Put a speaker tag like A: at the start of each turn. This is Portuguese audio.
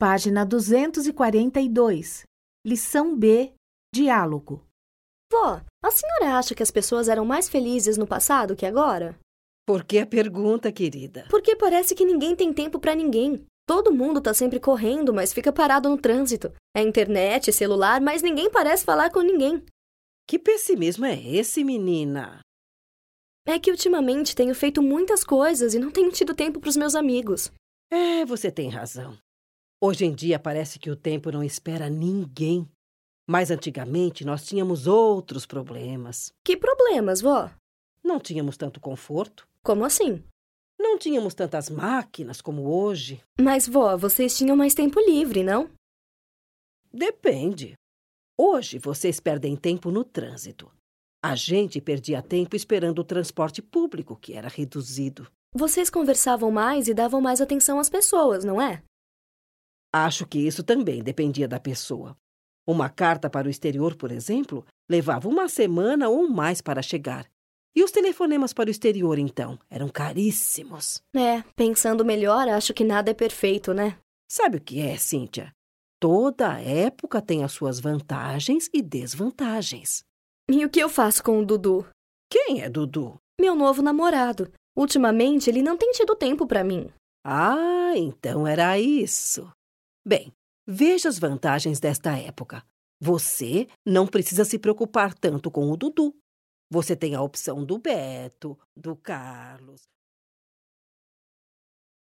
A: Página 242. Lição B. Diálogo.
B: Vó, a senhora acha que as pessoas eram mais felizes no passado que agora?
C: Por que a pergunta, querida?
B: Porque parece que ninguém tem tempo pra ninguém. Todo mundo tá sempre correndo, mas fica parado no trânsito. É internet, celular, mas ninguém parece falar com ninguém.
C: Que pessimismo é esse, menina?
B: É que ultimamente tenho feito muitas coisas e não tenho tido tempo pros meus amigos.
C: É, você tem razão. Hoje em dia parece que o tempo não espera ninguém. Mas antigamente nós tínhamos outros problemas.
B: Que problemas, vó?
C: Não tínhamos tanto conforto,
B: Como assim?
C: não tínhamos tantas máquinas como hoje.
B: Mas, vó, vocês tinham mais tempo livre, não?
C: Depende. Hoje vocês perdem tempo no trânsito. A gente perdia tempo esperando o transporte público, que era reduzido.
B: Vocês conversavam mais e davam mais atenção às pessoas, não é?
C: Acho que isso também dependia da pessoa. Uma carta para o exterior, por exemplo, levava uma semana ou mais para chegar. E os telefonemas para o exterior, então, eram caríssimos.
B: É, pensando melhor, acho que nada é perfeito, né?
C: Sabe o que é, Cíntia? Toda época tem as suas vantagens e desvantagens.
B: E o que eu faço com o Dudu?
C: Quem é Dudu?
B: Meu novo namorado. Ultimamente, ele não tem tido tempo pra mim.
C: Ah, então era isso. Bem, veja as vantagens desta época. Você não precisa se preocupar tanto com o Dudu. Você tem a opção do Beto, do Carlos,